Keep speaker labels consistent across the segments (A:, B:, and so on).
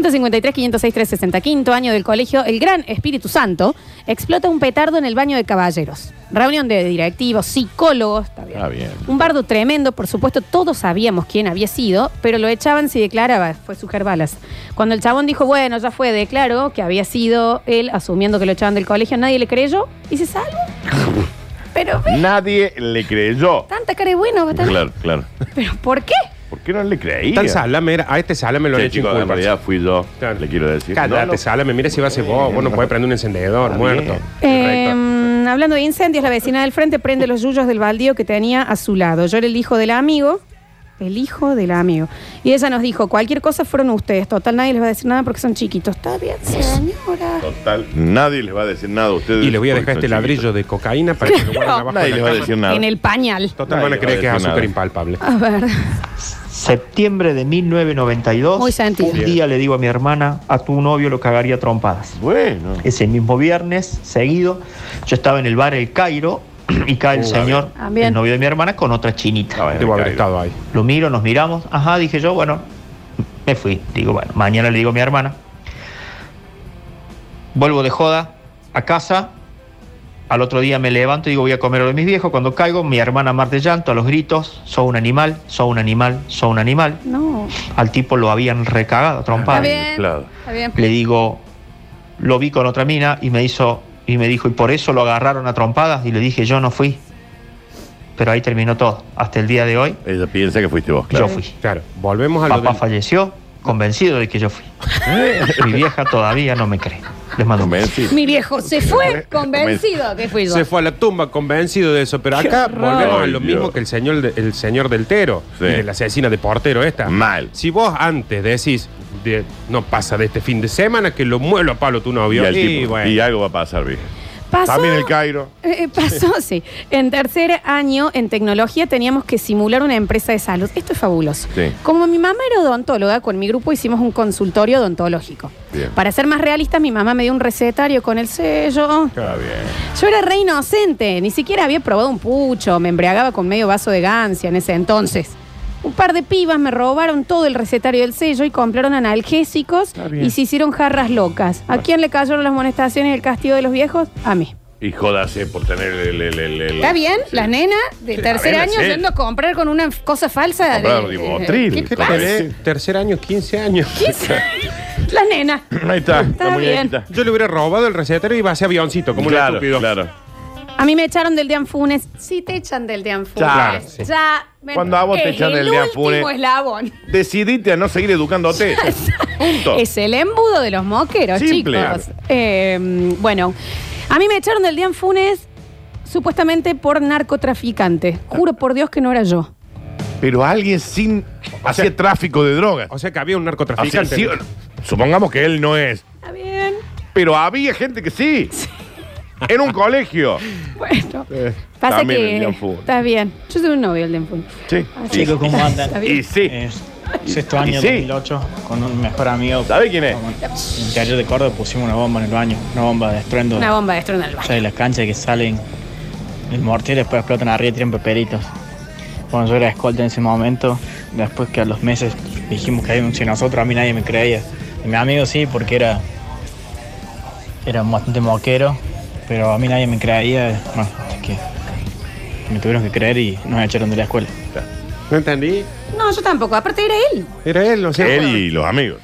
A: 153, 506, 360, quinto año del colegio, el gran Espíritu Santo explota un petardo en el baño de caballeros. Reunión de directivos, psicólogos, está bien.
B: Ah, bien.
A: Un bardo tremendo, por supuesto, todos sabíamos quién había sido, pero lo echaban si declaraba, fue Suger Balas. Cuando el chabón dijo, bueno, ya fue, declaró que había sido él, asumiendo que lo echaban del colegio, nadie le creyó y se salvó. Pero ve,
B: Nadie le creyó.
A: tanta cara de bueno, bastante.
B: Claro, claro.
A: ¿Pero por qué?
B: ¿Por qué no le creía?
C: Tal salame, era- a este salame lo
B: Che,
C: han hecho
B: chicos, en
C: inculpar.
B: realidad fui yo,
C: Claro.
B: le quiero decir.
C: Cállate,
B: No, no.
C: salame, mira si va a ser vos, vos no podés prender un encendedor,
B: Está
C: muerto.
B: bien.
C: Correcto.
A: Eh, hablando de incendios, la vecina del frente prende los yuyos del baldío que tenía a su lado. Yo era el hijo del amigo. El hijo del amigo. Y ella nos dijo, cualquier cosa fueron ustedes. Total, nadie les va a decir nada porque son chiquitos. Está bien, señora.
B: Total, nadie les va a decir nada a ustedes.
C: Y les voy a
B: porque
C: dejar
B: son
C: este ladrillo
B: chiquitos.
C: de cocaína para que lo guarden abajo.
B: Nadie
C: de
B: les
C: la
B: va a
C: cama.
B: decir nada.
A: En el pañal.
C: Total, van a
B: Nadie
C: creer
B: va a
C: que es
B: decir
C: azúcar
B: nada.
C: impalpable.
A: A ver,
D: Septiembre de 1992.
A: Muy sentido.
D: Un día le digo a mi hermana, a tu novio lo cagaría a trompadas.
B: Bueno.
D: Ese mismo viernes, seguido, yo estaba en el bar El Cairo y cae el
C: Uh,
D: señor,
A: También.
D: el novio de mi hermana, con otra chinita.
B: Ah,
C: Debo haber
B: Cairo.
C: estado ahí.
D: Lo miro, nos miramos. Ajá, dije yo, bueno, me fui. Digo, bueno, mañana le digo a mi hermana. Vuelvo de joda a casa. Al otro día me levanto y digo, voy a comer a lo de mis viejos. Cuando caigo, mi hermana mar de llanto, a los gritos, soy un animal, soy un animal, soy un animal.
A: no.
D: Al tipo lo habían recagado,
A: Está
D: trompado.
A: bien.
B: claro.
A: Está bien.
D: Le digo, lo vi con otra mina y me hizo, y me dijo, y por eso lo agarraron a trompadas. Y le dije, yo no fui. Pero ahí terminó todo. Hasta el día de hoy,
B: Ella piensa que fuiste vos, claro.
D: yo fui.
C: Claro, volvemos a lo
D: Papá
C: del-
D: falleció convencido de que yo fui. Mi vieja todavía no me cree. Les mando un beso.
B: Convencí.
A: Mi viejo se fue convencido que fui yo.
C: Se fue a la tumba convencido de eso, pero
A: Qué
C: acá
A: horror.
C: volvemos a lo
B: Ay,
C: mismo
B: Dios.
C: que el señor, de- el señor del Tero,
B: Sí.
C: y de la asesina de portero esta.
B: Mal.
C: Si vos antes decís, de- no pasa de este fin de semana, que lo muelo a Pablo tu
B: Y,
C: novio.
B: al tipo-
C: bueno.
B: y algo va a pasar, viejo.
A: Pasó.
B: También el Cairo.
A: Eh, eh, pasó, sí. En tercer año en tecnología teníamos que simular una empresa de salud. Esto es fabuloso.
B: Sí.
A: Como mi mamá era odontóloga, con mi grupo hicimos un consultorio odontológico.
B: Bien.
A: Para ser más realistas, mi mamá me dio un recetario con el sello.
B: Está bien.
A: Yo era re inocente, ni siquiera había probado un pucho, me embriagaba con medio vaso de gancia en ese entonces. Un par de pibas me robaron todo el recetario del sello y compraron analgésicos
B: Está bien.
A: y se hicieron jarras locas. ¿A quién le cayeron las molestaciones y el castigo de los viejos? A mí.
B: Y jódase por tener el. el- el- el-
A: Está bien,
B: Sí.
A: las nenas de
B: Sí,
A: tercer
B: a ver,
A: año
B: sí.
A: yendo a comprar con una cosa falsa.
B: Comprar
A: de, eh,
B: ribotril.
A: ¿Qué
C: ¿Qué
A: pasa?
C: tenés? Tercer año, 15 años.
A: Las nenas.
B: Ahí está,
A: Está
B: la
A: bien.
B: muñequita.
C: Yo le hubiera robado el recetario y iba a ser avioncito, como un
B: claro,
C: estúpido.
B: claro.
A: A mí me echaron del Dean Funes. Sí, te echan del Dean Funes.
B: Claro,
C: sí.
A: Ya. me-
B: Cuando a vos te
A: es
B: echan del
A: el
B: Dean
A: último
B: Funes.
A: eslabón.
B: Decidiste a no seguir educándote. Punto.
A: Es el embudo de los moqueros,
B: Simple.
A: chicos. Eh, bueno, a mí me echaron del Dean Funes supuestamente por narcotraficante. Juro por Dios que no era yo.
B: Pero alguien sin. hacía tráfico de drogas.
C: O sea que había un
B: Hacía-
C: narcotraficante.
B: Ah, sí, supongamos que él no es.
A: Está bien.
B: Pero había gente que sí. En un colegio.
A: Bueno.
B: Eh,
A: Pasa
B: también
A: que.
B: el León Funes.
A: Está bien. Yo soy un novio del Dean Funes.
B: Sí.
E: Chicos, ¿cómo andan?
A: Está bien.
B: Y sí.
E: Eh, sexto
B: Y
E: año
B: sí.
E: 2008, con un mejor amigo.
B: ¿Sabe quién es?
E: En el taller de Córdoba pusimos una bomba en el baño, una bomba de estruendo.
A: Una bomba de estruendo al
E: O
A: baño.
E: sea, de las canchas que salen el mortero y después explotan arriba y tiran papelitos. Bueno, yo era escolta en ese momento. Después que a los meses dijimos que había un si nosotros, a mí nadie me creía. Y mi amigo sí, porque era, era bastante moquero, pero a mí nadie me creía. Bueno, así que me tuvieron que creer y nos echaron de la escuela.
C: ¿No entendí?
A: No, yo tampoco. Aparte era él.
C: Era él, o sea.
B: Él y los amigos.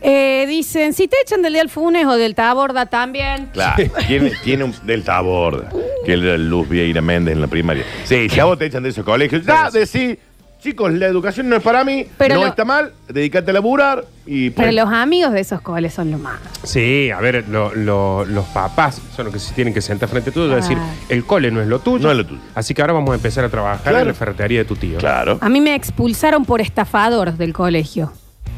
A: Eh, dicen, si te echan del Dean Funes o del Taborda también.
B: Claro. Tiene, tiene un delta borda. Que él era Luz Vieira Méndez en la primaria. Sí, si a vos te echan de esos colegios, ya decís, chicos, la educación no es para mí,
A: Pero
B: no
A: lo-
B: está mal, dedícate a laburar y
A: Pero
B: pues,
A: los amigos de esos coles son lo más.
C: Sí, a ver, lo- lo- los papás son los que se tienen que sentar frente a tuyo y decir,
A: Claro.
C: el cole no es lo tuyo.
B: No es lo tuyo.
C: Así que ahora vamos a empezar a trabajar
B: Claro.
C: en la ferretería de tu tío.
B: Claro.
A: A mí me expulsaron por estafador del colegio.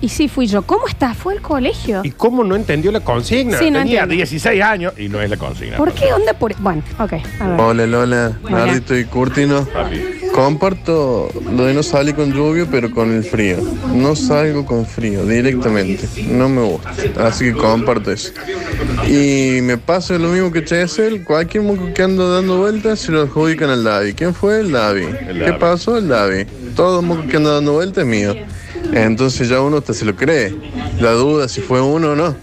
A: Y sí fui yo. ¿Cómo estafó el colegio?
C: ¿Y cómo no entendió la consigna?
A: Sí, no
B: Tenía
A: entiendo.
B: 16 años y no es la consigna.
A: ¿Por qué onda por.? Bueno, ok. A ver.
F: Hola Lola,
A: Hola.
F: Nardito y Curtino.
B: Papi.
F: Comparto lo de no salir con lluvia, pero con el frío. No salgo con frío directamente. No me gusta. Así que comparto eso. Y me pasa lo mismo que Chesel. Cualquier moco que ando dando vueltas se lo adjudican al Davi. ¿Quién fue? El Davi.
B: El
F: ¿Qué
B: Davi.
F: pasó? El Davi. Todo moco que anda dando vueltas es mío. Entonces ya uno hasta se lo cree. La duda si fue uno o no.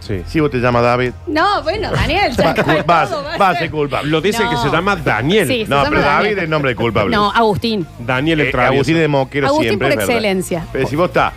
C: Sí.
B: Si vos te llamas David,
A: No, bueno, Daniel, ya
B: vas,
A: está,
B: vas,
A: todo va a
B: vas a
A: ser-
B: ser culpable.
C: Lo dice
A: No.
C: que se llama Daniel.
A: Sí, se
B: no,
A: llama
B: pero
A: Daniel.
B: David es nombre de culpable.
A: No, Agustín.
C: Daniel
B: Eh,
C: el
B: Agustín
C: travieso.
B: de Mosquero
A: Agustín
B: siempre.
A: por
B: es verdad.
A: excelencia.
B: Pero si vos estás.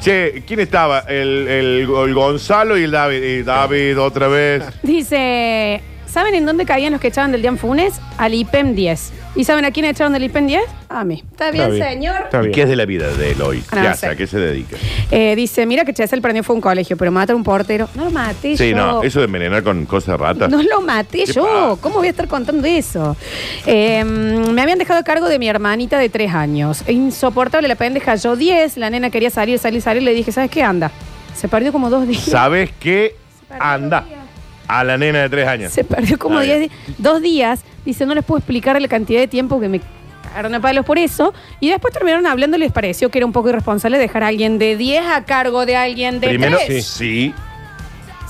B: Che, ¿quién estaba? El, el- el Gonzalo y el David. Y David otra vez.
A: Dice, ¿saben en dónde caían los que echaban del Dian Funes? Al IPEM 10. ¿Y saben a quién echaron del IPEM 10? A mí. Está bien, señor.
C: Está
B: ¿Y
C: bien.
B: qué es de la vida de Eloy?
A: Ah, no
B: ¿Qué
A: sé.
B: hace? ¿A qué se dedica?
A: Eh, dice, mira que Chesel prendió fue a un colegio, pero mata a un portero. No lo maté
B: Sí,
A: yo.
B: no, eso de envenenar con cosas ratas.
A: No lo maté
B: ¿Qué
A: yo.
B: pasa?
A: ¿Cómo voy a estar contando eso? Eh, me habían dejado a cargo de mi hermanita de tres años. Insoportable la pendeja. Yo 10, la nena quería salir, salir, salir. Le dije, ¿sabes qué? Anda. Se perdió como dos días.
B: ¿Sabes qué?
A: perdió
B: Anda.
A: dos días.
B: A la nena de tres años.
A: Se perdió como
B: Está
A: diez
B: bien.
A: di- dos días. Dice, no les puedo explicar la cantidad de tiempo que me cagaron a palos por eso. Y después terminaron hablando y les pareció que era un poco irresponsable dejar a alguien de 10 a cargo de alguien de
B: Primero, sí.
A: tres.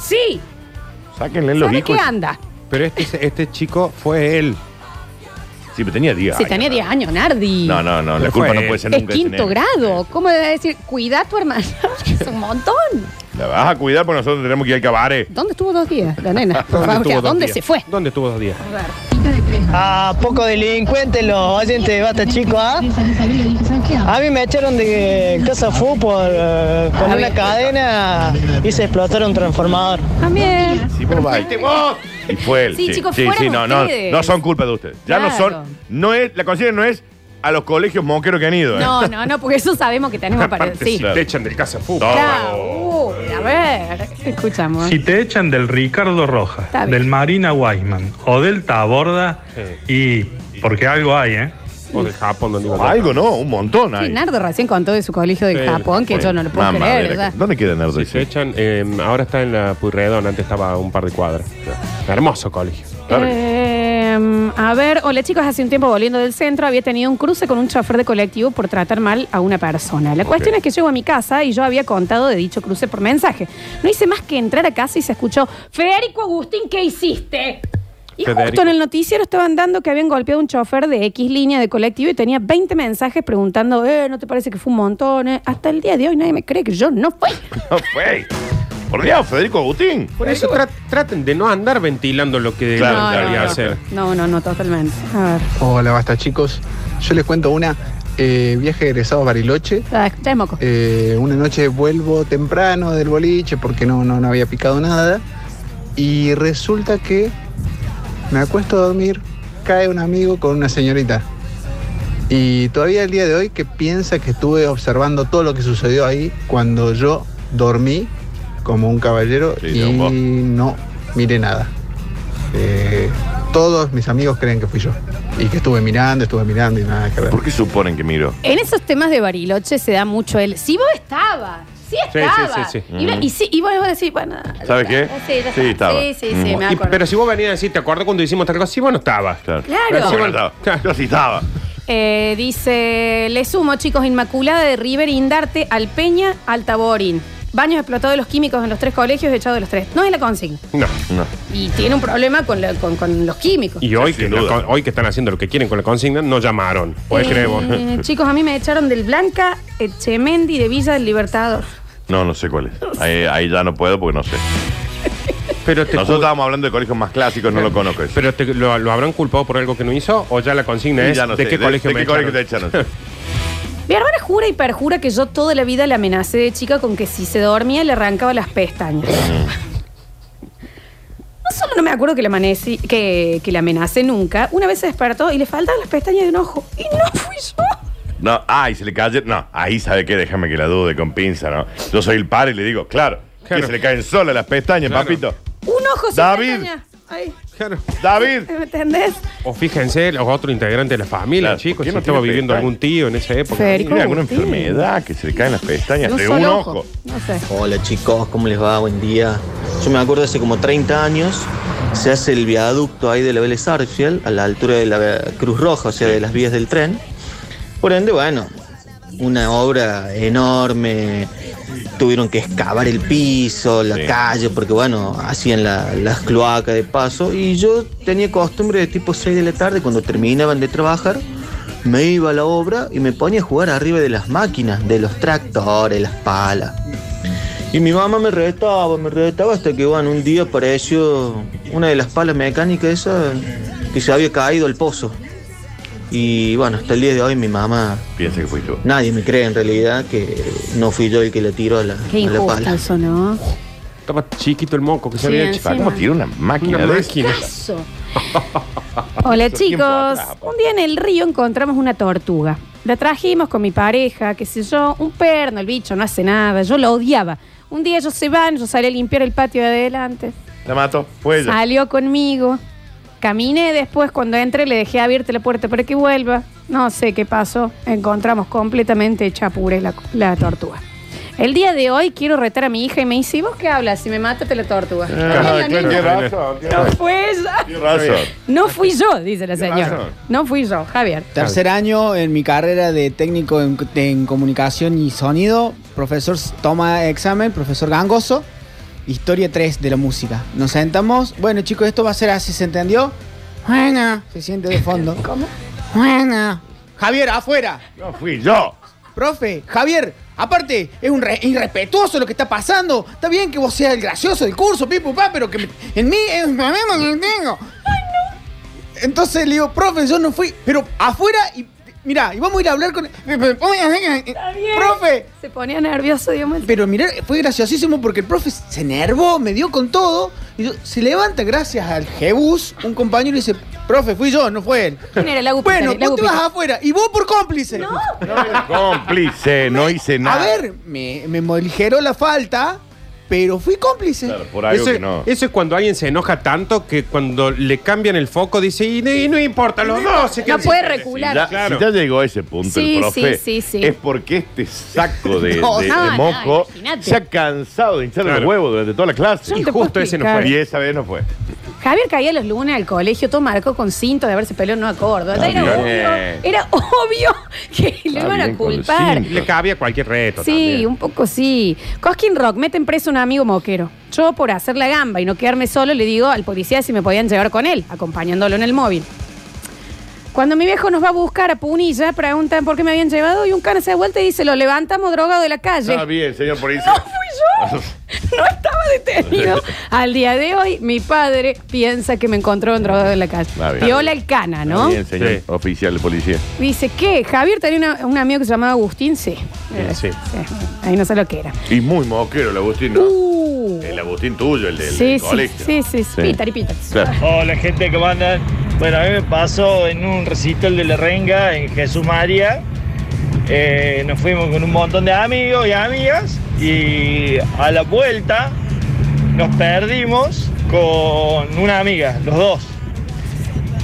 A: Sí.
B: Sáquenle los
A: ¿Sabes
B: hijos.
A: qué anda?
C: Pero este, este chico fue él.
B: Sí, pero tenía 10
A: Si
B: años.
A: tenía 10 años, Nardi.
B: No, no, no, la
C: Pero
B: culpa
C: fue
B: no
C: él.
B: puede ser
A: Es
B: nunca. de
A: quinto
B: ese nene.
A: grado. ¿Cómo debe decir? Cuida a tu hermana. es un montón.
B: La vas a cuidar porque nosotros tenemos que ir al cabaret.
A: ¿Dónde estuvo dos días la nena? Vamos,
C: estuvo
A: ¿a
C: dos
A: ¿Dónde
C: días?
A: se fue?
C: ¿Dónde estuvo dos días?
G: Ah, poco delincuente los oyentes de Basta Chico, ¿ah? A mí me echaron de casa fútbol eh, con
A: Ah,
G: una
A: bien.
G: cadena y se explotaron un transformador.
A: También.
B: Sí, vos vais. Y fue él.
A: Sí, chicos,
B: sí,
A: fueron
B: sí, no, no,
A: ustedes.
B: no son culpa de ustedes. Ya no
A: Claro.
B: son, no es, la consigna no es a los colegios monqueros que han ido. ¿eh?
A: No, no, no, porque eso sabemos que tenemos para
C: Aparte, si
A: Sí.
B: Claro.
C: te echan del casa fútbol.
A: Claro. Uh, a ver. Escuchamos.
H: Si te echan del Ricardo Rojas,
A: Está bien.
H: del Marina Weisman o del Taborda, y porque algo hay, ¿eh?
C: O del Japón, donde iba
B: O Algo, ¿no? Un montón
A: Sí,
B: ahí.
A: Nardo recién contó de su colegio del
C: Sí,
A: Japón, que yo no lo puedo
B: Mamá,
A: creer,
B: mira,
A: ¿verdad?
B: ¿Dónde queda Nardo?
C: Sí, se echan. eh, ahora está en la Puyredón, antes estaba a un par de cuadras. Hermoso colegio.
B: Claro que-
A: Eh, a ver, hola chicos, hace un tiempo volviendo del centro había tenido un cruce con un chofer de colectivo por tratar mal a una persona. La cuestión es que llego a mi casa y yo había contado de dicho cruce por mensaje. No hice más que entrar a casa y se escuchó, Federico Agustín, ¿qué hiciste? Y justo
C: Federico.
A: en el noticiero estaban dando que habían golpeado a un chofer de X línea de colectivo y tenía 20 mensajes preguntando, eh, ¿no te parece que fue un montón? eh? Hasta el día de hoy nadie me cree que yo no fui.
B: No fue. Por Dios, Federico Agustín.
C: Por eso tra- traten de no andar ventilando lo que
B: Claro,
C: lo que
B: claro,
C: hay que
B: claro.
C: hacer.
A: No, no, no, totalmente. A ver,
I: Hola, basta chicos. Yo les cuento una. eh, viaje egresado a Bariloche.
A: ya, ya es moco.
I: Eh, una noche vuelvo temprano del boliche porque no, no, no había picado nada. Y resulta que me acuesto a dormir, cae un amigo con una señorita. Y todavía el día de hoy que piensa que estuve observando todo lo que sucedió ahí cuando yo dormí como un caballero
B: Sí,
I: y
B: Jumbo.
I: no miré nada. Eh, todos mis amigos creen que fui yo. Y que estuve mirando, estuve mirando y nada que ver.
B: ¿Por qué suponen que miro?
A: En esos temas de Bariloche se da mucho el. Si vos estabas, si
C: sí,
A: estabas.
C: sí, sí.
A: Y, ve- y sí, y vos vas a decir, bueno.
B: ¿Sabes qué?
A: Sí, ya está.
B: Sí, estaba.
A: Sí, sí, sí,
B: Mm.
A: me
C: Y-
A: acuerdo.
C: pero si vos venías a decir, ¿te acuerdas cuando hicimos tal cosa? Sí, bueno, estaba.
B: Claro.
A: Claro.
B: Sí, bueno, estaba. Yo sí estaba.
A: Eh, dice, le sumo, chicos, Inmaculada de River, Indarte, Alpeña, Altaborín. Baños explotados de los químicos en los tres colegios, echados de los tres. No es la consigna.
C: No.
B: No.
A: Y tiene un problema con, la- con- con los químicos.
C: Y hoy
B: Sí,
C: que,
B: sin
C: la
B: duda.
C: con- hoy que están haciendo lo que quieren con la consigna, no llamaron. Pues
A: Eh,
C: creer vos.
A: Chicos, a mí me echaron del Blanca, Chemendi de Villa del Libertador.
B: No, no sé cuál es. Ahí, ahí ya no puedo porque no sé.
C: Pero te,
B: Nosotros estábamos hablando de colegios más clásicos, no lo conozco. ese.
C: pero te- lo, lo habrán culpado por algo que no hizo o ya la consigna
B: Y
C: es
B: ya no
C: de
B: sé,
C: qué colegio
B: de
C: me
B: qué colegio te
C: echaron?
B: echaron.
A: Mi hermana jura y perjura que yo toda la vida la amenacé de chica con que si se dormía le arrancaba las pestañas. no solo no me acuerdo que la, amanecí- que, que la amenacé nunca, una vez se despertó y le faltaban las pestañas de un ojo. Y no fui yo.
B: No, ay, se le cae. No, ahí sabe que déjame que la dude con pinza, ¿no? Yo soy el padre y le digo, claro,
C: Claro.
B: que se le caen solas las pestañas,
C: Claro.
B: papito.
A: Un ojo sin
B: David.
A: pestañas. Ay,
C: Claro.
B: David.
A: ¿Me entendés?
C: O fíjense los otros integrantes de la familia,
B: Claro,
C: chicos.
B: ¿por qué
C: Si
B: no
C: estaba
B: tiene
C: viviendo
B: pestañas?
C: algún tío en esa época.
A: Federico.
B: ¿Tiene alguna
A: Agustín.
B: enfermedad que se le caen las pestañas
A: De
B: de un
A: solo
B: ojo?
A: No sé.
J: Hola chicos, ¿cómo les va? Buen día. Yo me acuerdo hace como 30 años, se hace el viaducto ahí de la Vélez Sarsfield, a la altura de la Cruz Roja, o sea, de las vías del tren. Por ende, bueno, una obra enorme, tuvieron que excavar el piso, la
B: Sí.
J: calle, porque bueno, hacían la- las cloacas de paso. Y yo tenía costumbre de tipo 6 de la tarde, cuando terminaban de trabajar, me iba a la obra y me ponía a jugar arriba de las máquinas, de los tractores, las palas. Y mi mamá me retaba, me retaba hasta que bueno, un día apareció una de las palas mecánicas esa que se había caído al pozo. Y bueno, hasta el día de hoy mi mamá
B: Piensa que fui yo.
J: Nadie me cree en realidad que no fui yo el que le tiró a la,
A: Qué
J: a la
A: injusto
J: pala.
A: eso, ¿no?
C: Estaba chiquito el moco que
A: Sí,
C: se había hecho.
A: encima. ¿Cómo tiró
B: una máquina
C: Una
B: de
C: máquina.
A: Caso. Hola
B: Mucho
A: chicos,
B: tiempo atrás, pues. papá.
A: un día en el río encontramos una tortuga. La trajimos con mi pareja, qué sé yo, un perno, el bicho no hace nada, yo lo odiaba. Un día ellos se van, yo salí a limpiar el patio de adelante.
B: La mato. Fue ella.
A: Salió conmigo. Caminé después, cuando entré, le dejé abierta la puerta para que vuelva. No sé qué pasó. Encontramos completamente chapure la, la tortuga. El día de hoy quiero retar a mi hija y me dice, "¿Y vos qué hablas? Si me mata, te la tortuga.
B: Ah,
A: Ay, Pues, la
B: claro,
A: nena,
B: tiene razón, tiene
A: no
B: razón.
A: fue ella.
B: Tiene razón.
A: No fui yo, dice la señora.
B: razón.
A: No fui yo, Javier.
K: Tercer año en mi carrera de técnico en, en comunicación y sonido, profesor s- toma examen, profesor Gangoso, historia 3 de la música. Nos sentamos, bueno chicos, esto va a ser así, ¿se entendió? Bueno, se siente de fondo. ¿Cómo? Bueno. Javier, afuera.
B: No fui yo.
K: Profe, Javier, aparte, es un re- irrespetuoso lo que está pasando. Está bien que vos seas el gracioso del curso, pipupá, pero que me- en mí es mamá que lo tengo. Entonces le digo, profe, yo no fui, pero afuera y mira, y vamos a ir a hablar con. Profe.
A: Se ponía nervioso, Dios mío.
K: Pero mirá, fue graciosísimo porque el profe se nervó, me dio con todo. Y yo- se levanta gracias al Jebus, un compañero, y dice, profe, fui yo, no fue él.
A: ¿Quién era? La Gupita,
K: Bueno,
A: la
K: vos te
A: Gupita.
K: vas afuera y vos por cómplice.
B: Cómplice, no hice
K: A
B: nada.
K: ver, me, me moligeró la falta, pero fui cómplice.
B: Por algo
C: eso,
B: que no.
C: eso es cuando alguien se enoja tanto que cuando le cambian el foco dice, y, y no importa, los dos se
A: No
C: quedan-
A: puede
B: Ya-
A: recular.
C: Claro.
B: Si ya llegó a ese punto
A: Sí,
B: el profe,
A: sí, sí, sí.
B: es porque este saco de,
K: No,
B: de- de
A: no, no,
B: moco
A: imagínate.
B: se ha cansado de hinchar el
C: Claro.
B: huevo durante toda la clase.
A: Yo
C: Y
A: te puedo
C: justo ese no
A: explicar.
C: fue.
B: Y esa vez no fue.
A: Javier caía los lunes al colegio, todo marcó con cinto de haberse peleado, no
K: Ah,
A: acuerdo. Ya
B: Está
A: Era
B: bien.
A: obvio, era obvio que lo
B: Está
A: iban a
B: bien con el
A: culpar.
B: cinto.
C: Le cabía cualquier reto.
A: Sí,
C: también.
A: un poco sí. Cosquín Rock, meten preso a un amigo moquero. Yo, por hacer la gamba y no quedarme solo, le digo al policía si me podían llevar con él, acompañándolo en el móvil. Cuando mi viejo nos va a buscar a Punilla, preguntan por qué me habían llevado y un cana se da vuelta y dice, lo levantamos drogado de la calle.
B: Está Ah, bien, señor policía.
A: No fui yo. No estaba detenido. Al día de hoy, mi padre piensa que me encontró un drogado en la calle.
B: Está Ah, bien.
A: Viola el cana,
B: Está
A: ¿no?
B: bien, señor
C: Sí.
B: oficial de policía.
A: Dice, ¿qué? Javier tenía una- un amigo que se llamaba Agustín, sí. Eh,
C: Sí.
A: Ahí no sé lo que era.
B: Y muy moquero el Agustín, ¿no?
A: Uh.
B: El Agustín tuyo, el del
A: Sí,
B: del
A: sí,
B: colegio.
A: sí, sí, sí, pitar y pitar.
B: Claro.
E: Hola gente, ¿cómo andan? Bueno, a mí me pasó en un recital de la renga en Jesús María. Eh, nos fuimos con un montón de amigos y amigas y a la vuelta nos perdimos con una amiga, los dos.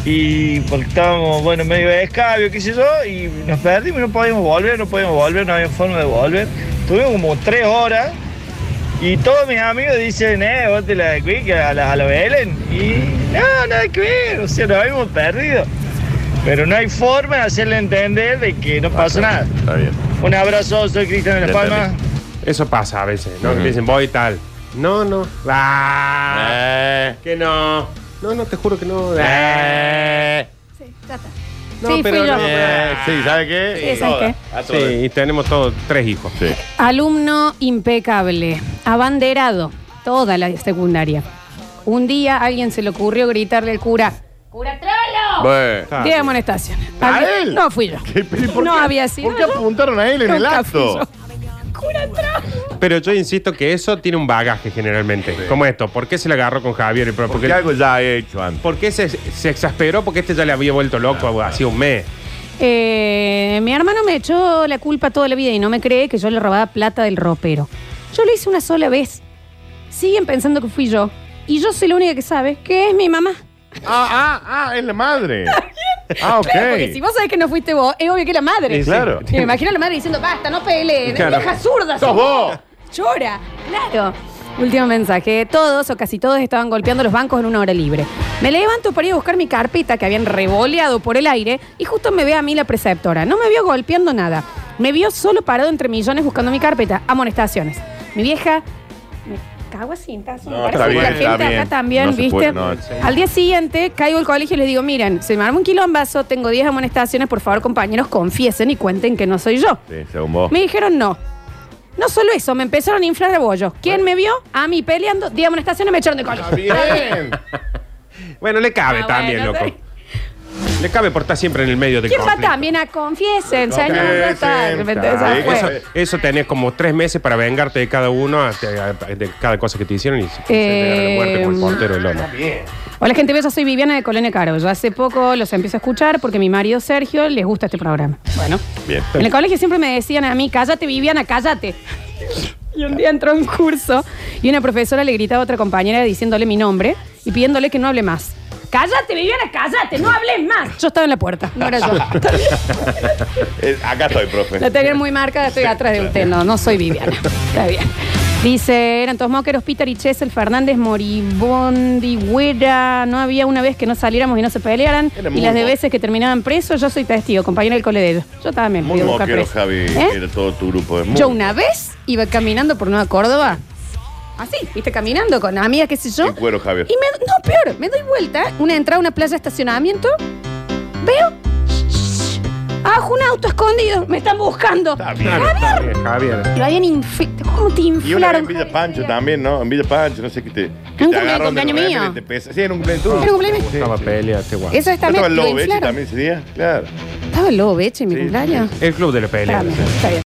E: Y porque estábamos, bueno, medio de escabio, qué sé yo, y nos perdimos, no podíamos volver, no podíamos volver, no había forma de volver. Tuvimos como tres horas y todos mis amigos dicen, eh, vos te la de Quick a la, a la Belén. Y no, nada que ver, o sea, nos habíamos perdido. Pero no hay forma de hacerle entender de que no pasó nada.
B: Está bien.
E: Un abrazo, soy Cristian de
B: Ya
E: Las Palmas.
C: Eso pasa a veces, ¿no?
B: Ujú.
C: Que dicen, voy y tal. No, no. Ah,
B: Eh,
C: Que no. No, no, te juro que no. Ah.
B: eh,
A: Sí, ya está.
C: No,
A: sí,
C: pero
A: fui yo.
C: no,
B: eh, sí, ¿sabe qué?
A: Sí, ¿sabe
B: Toda,
A: qué?
B: a
C: Sí,
B: todas.
C: y tenemos todos tres hijos.
B: Sí.
A: Alumno impecable, abanderado, toda la secundaria. Un día a alguien se le ocurrió gritarle al cura, ¡Cura Trolo!
B: Bueno.
A: Diez amonestaciones.
B: Ah. ¿A
A: Alguien-
B: él?
A: No fui yo.
B: ¿Qué- pero y por
A: No
B: qué-
A: había sido
B: ¿Por qué
A: yo.
B: apuntaron a él en el
A: Nunca
B: acto?
A: fui yo. Cura Trolo.
C: Pero yo insisto que eso tiene un bagaje generalmente. Como esto. ¿Por qué se le agarró con Javier? Pero
B: Porque algo ya he hecho antes.
C: porque se, se exasperó? Porque este ya le había vuelto loco hacía un mes.
A: Eh, mi hermano me echó la culpa toda la vida y no me cree que yo le robaba plata del ropero. Yo lo hice una sola vez. Siguen pensando que fui yo. Y yo soy la única que sabe que es mi mamá.
B: Ah, ah, ah, es la madre. Ah, ok.
A: Claro, porque si vos sabés que no fuiste vos, es obvio que es la madre.
B: Sí, claro.
A: Y me imagino a la madre diciendo, basta, no peleen,
C: Claro.
A: vieja zurda.
B: ¡Sos vos!
A: Llora, claro. Último mensaje. Todos o casi todos estaban golpeando los bancos en una hora libre. Me levanto para ir a buscar mi carpeta que habían revoleado por el aire y justo me ve a mí la preceptora. No me vio golpeando nada. Me vio solo parado entre millones buscando mi carpeta. Amonestaciones. Mi vieja cago a cintazo.
B: No,
A: Me parece
B: está
A: que
B: bien,
A: la gente
B: está
A: acá
B: bien.
A: también,
B: No se
A: ¿viste?
B: puede, no, sí.
A: Al día siguiente caigo al colegio y les digo, miren, se me arma un quilombazo, tengo 10 amonestaciones, por favor, compañeros, confiesen y cuenten que no soy yo.
B: Sí, según vos.
A: Me dijeron no. No solo eso, me empezaron a inflar de bollos. ¿Quién me vio? A mí peleando, 10 amonestaciones me echaron de colegio.
C: bien. Bueno, le cabe
A: Ah,
C: también,
A: bueno,
C: loco. Le cabe por estar siempre en el medio del
A: ¿Quién va
C: conflicto.
A: también a confiesen, señor?
C: Sí,
A: No tal,
C: sí,
A: ¿me
C: está.
A: entendés? Ah, Ya
C: Eso,
A: fue.
C: eso tenés como tres meses para vengarte de cada uno, a- a- de cada cosa que te hicieron y se
A: Eh,
C: te la muerte por el portero del Lola.
A: Hola gente, yo soy Viviana de Colonia Caro. Yo hace poco los empiezo a escuchar porque mi marido Sergio les gusta este programa. Bueno.
B: Bien.
A: En el colegio siempre me decían a mí, cállate Viviana, cállate. Y un día entró a un curso y una profesora le gritaba a otra compañera diciéndole mi nombre y pidiéndole que no hable más. Cállate, Viviana, cállate, no hables más. Yo estaba en la puerta, no era yo.
B: Eh, acá estoy, profe.
A: La tenía muy marcada, estoy atrás de usted. No, no soy Viviana. Está bien. Dice, eran todos moqueros, Peter y Chesel, Fernández, Moribondi, Güera. No había una vez que no saliéramos y no se pelearan.
B: Era
A: y
B: muy
A: las de
B: mo-
A: veces que terminaban presos, yo soy testigo, compañero del cole de ellos. Yo también.
B: Muy
A: fui a buscar
B: moquero,
A: preso.
B: Javi.
A: ¿Eh?
B: Era todo tu grupo. es muy-
A: Yo una vez iba caminando por Nueva Córdoba. Así, viste, caminando con amigas, qué sé yo.
B: En cuero, Javier.
A: Y me, no, peor, me doy vuelta, una entrada a una playa de estacionamiento, veo, abajo un auto escondido, me están buscando. Javier,
C: Javier.
A: lo habían infectado, ¿cómo te
B: Y una vez
A: inflaron?
B: en Villa Pancho también, ¿no? En Villa Pancho, no sé qué te. que
A: un
B: te
A: cumpleaños
B: agarraron de
A: mío.
B: remera y te pesa. Sí, era un cumpleaños tuyo.
A: Era un cumpleaños.
B: Sí,
C: Estaba
B: sí.
C: pelea, este guapo.
A: Eso es
B: ¿No
A: también,
B: estaba
A: lo
B: Lobechi
A: inflaron.
B: también ese día? Claro.
A: Estaba el lobo, Eche, en mi cumpleaños.
C: El club de la pelea.
A: Espérame, está bien.